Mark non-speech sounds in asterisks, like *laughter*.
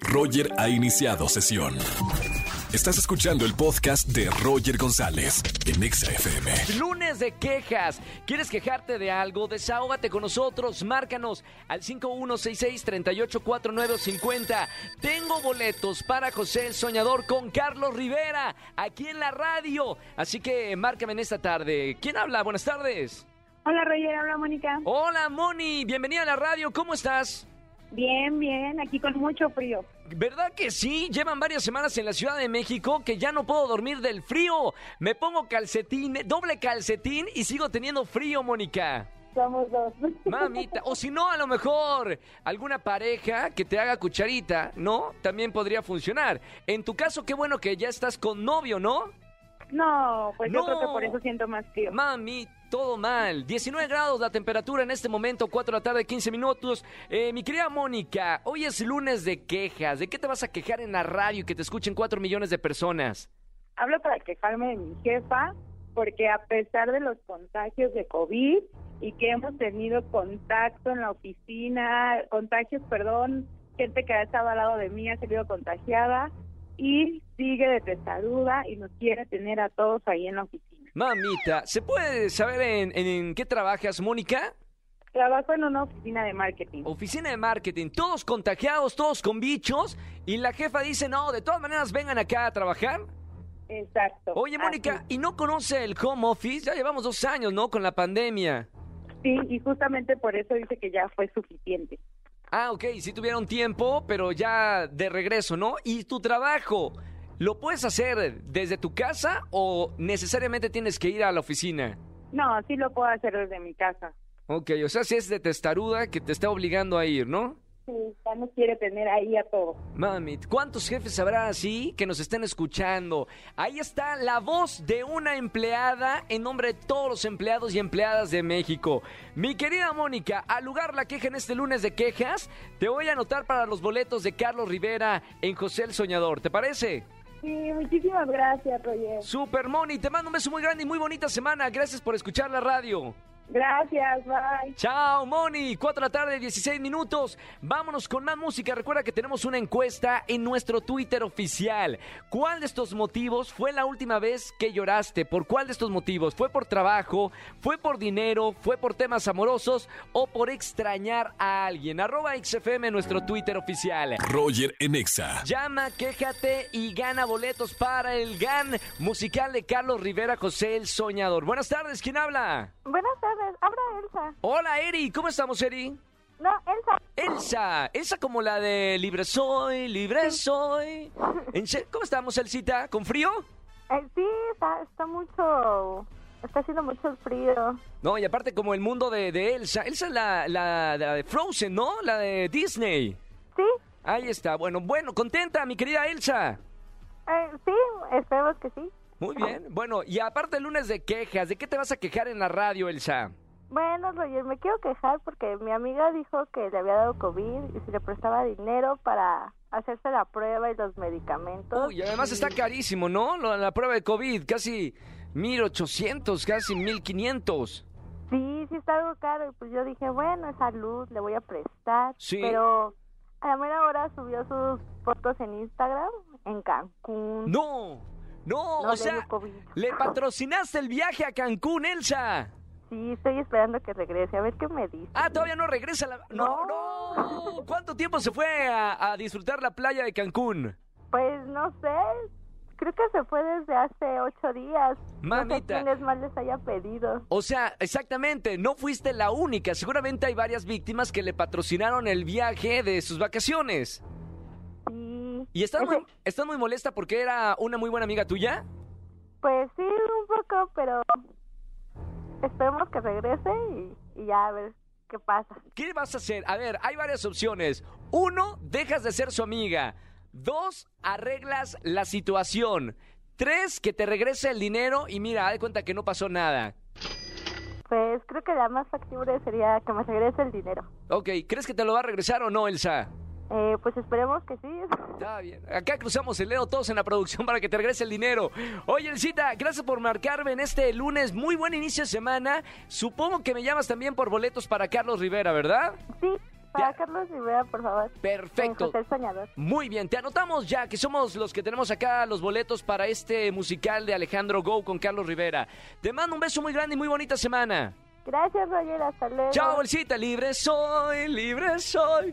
Roger ha iniciado sesión. Estás escuchando el podcast de Roger González en Exa FM. Lunes de quejas. ¿Quieres quejarte de algo? Desahógate con nosotros. Márcanos al 5166-384950. Tengo boletos para José el Soñador con Carlos Rivera aquí en la radio. Así que márcame en esta tarde. ¿Quién habla? Buenas tardes. Hola Roger, habla Mónica. Hola, Moni. Bienvenida a la radio. ¿Cómo estás? Bien, bien, aquí con mucho frío. ¿Verdad que sí? Llevan varias semanas en la Ciudad de México que ya no puedo dormir del frío. Me pongo calcetín, doble calcetín y sigo teniendo frío, Mónica. Somos dos. *laughs* Mamita. O si no, a lo mejor alguna pareja que te haga cucharita, ¿no? También podría funcionar. En tu caso, qué bueno que ya estás con novio, ¿no? No, pues No. yo creo que por eso siento más frío. Mami, todo mal. 19 grados la temperatura en este momento, 4 de la tarde, 15 minutos. Eh, mi querida Mónica, hoy es lunes de quejas. ¿De qué te vas a quejar en la radio y que te escuchen 4 millones de personas? Hablo para quejarme de mi jefa, porque a pesar de los contagios de COVID y que hemos tenido contacto en la oficina, contagios, perdón, gente que ha estado al lado de mí ha salido contagiada y sigue de testaruda y nos quiere tener a todos ahí en la oficina. Mamita, ¿se puede saber en, en- en qué trabajas, Mónica? Trabajo en una oficina de marketing. Oficina de marketing, todos contagiados, todos con bichos, y la jefa dice, no, de todas maneras vengan acá a trabajar. Exacto. Ah, Oye, Mónica, Así. ¿y no conoce el home office? Ya llevamos dos años, ¿no? Con la pandemia. Sí, y justamente por eso dice que ya fue suficiente. Ah, ok, sí tuvieron tiempo, pero ya de regreso, ¿no? ¿Y tu trabajo? ¿Lo puedes hacer desde tu casa o necesariamente tienes que ir a la oficina? No, sí lo puedo hacer desde mi casa. Ok, o sea, si es de testaruda que te está obligando a ir, ¿no? Sí, ya nos quiere tener ahí a todos. Mami, ¿cuántos jefes habrá así que nos estén escuchando? Ahí está la voz de una empleada en nombre de todos los empleados y empleadas de México. Mi querida Mónica, al lugar la queja en este lunes de quejas, te voy a anotar para los boletos de Carlos Rivera en José el Soñador, ¿te parece? Sí, muchísimas gracias, Roger. Super Moni, te mando un beso muy grande y muy bonita semana. Gracias por escuchar la radio. Gracias, bye. Chao, Moni. 4 de la tarde, 16 minutos. Vámonos con más música. Recuerda que tenemos una encuesta en nuestro Twitter oficial. ¿Cuál de estos motivos fue la última vez que lloraste? ¿Por cuál de estos motivos? ¿Fue por trabajo? ¿Fue por dinero? ¿Fue por temas amorosos? ¿O por extrañar a alguien? Arroba XFM, nuestro Twitter oficial. Roger en Exa. Llama, quéjate y gana boletos para el GAN musical de Carlos Rivera José el Soñador. Buenas tardes, ¿quién habla? Buenas tardes, habla Elsa. Hola, Eri, ¿cómo estamos, Eri? No, Elsa, Elsa, Elsa como la de Libre soy, libre soy. ¿En se- ¿Cómo estamos, Elsita? ¿Con frío? eh, sí, está, está mucho, está haciendo mucho frío. No, y aparte como el mundo de, de Elsa. Elsa es la, la- la de Frozen, ¿no? La de Disney. Sí, Ahí está. Bueno, bueno, contenta, mi querida Elsa. eh, sí, esperemos que sí. Muy bien. Bueno, y aparte el lunes de quejas, ¿de qué te vas a quejar en la radio, Elsa? Bueno, Roger, me quiero quejar porque mi amiga dijo que le había dado COVID y si le prestaba dinero para hacerse la prueba y los medicamentos. Uy, además está carísimo, ¿no? Lo- La prueba de COVID, casi 1800, casi 1500. Sí, sí está algo caro. Y pues yo dije, bueno, es salud, le voy a prestar. Sí. Pero a la mera hora subió sus fotos en Instagram en Cancún. No, no, No, o le sea, dio COVID. le patrocinaste el viaje a Cancún, Elsa. Sí, estoy esperando que regrese, a ver qué me dice. Ah, todavía no regresa la... No, no. ¿Cuánto tiempo se fue a, a disfrutar la playa de Cancún? Pues no sé, creo que se fue desde hace ocho días. No sé Mamita. quiénes más les haya pedido. O sea, exactamente, no fuiste la única. Seguramente hay varias víctimas que le patrocinaron el viaje de sus vacaciones. Pues Sí. ¿Y estás Ese- muy, estás muy molesta porque era una muy buena amiga tuya? Pues sí, un poco, pero esperemos que regrese y, y ya a ver qué pasa. ¿Qué vas a hacer? A ver, hay varias opciones. Uno, dejas de ser su amiga. Dos, arreglas la situación. Tres, que te regrese el dinero y mira, haz de cuenta que no pasó nada. Pues creo que la más factible sería que me regrese el dinero. Ok, ¿crees que te lo va a regresar o no, Elsa? Eh, pues esperemos que sí. *laughs* Está bien. Acá cruzamos el dedo todos en la producción para que te regrese el dinero. Oye, Elcita, gracias por marcarme en este lunes. Muy buen inicio de semana. Supongo que me llamas también por boletos para Carlos Rivera, ¿verdad? Sí, Para Carlos Rivera, por favor. Perfecto. Con José el Soñador. Muy bien, te anotamos ya que somos los que tenemos acá los boletos para este musical de Alejandro Go con Carlos Rivera. Te mando un beso muy grande y muy bonita semana. Gracias, Roger. Hasta luego. Chao, bolsita, libre soy, libre soy.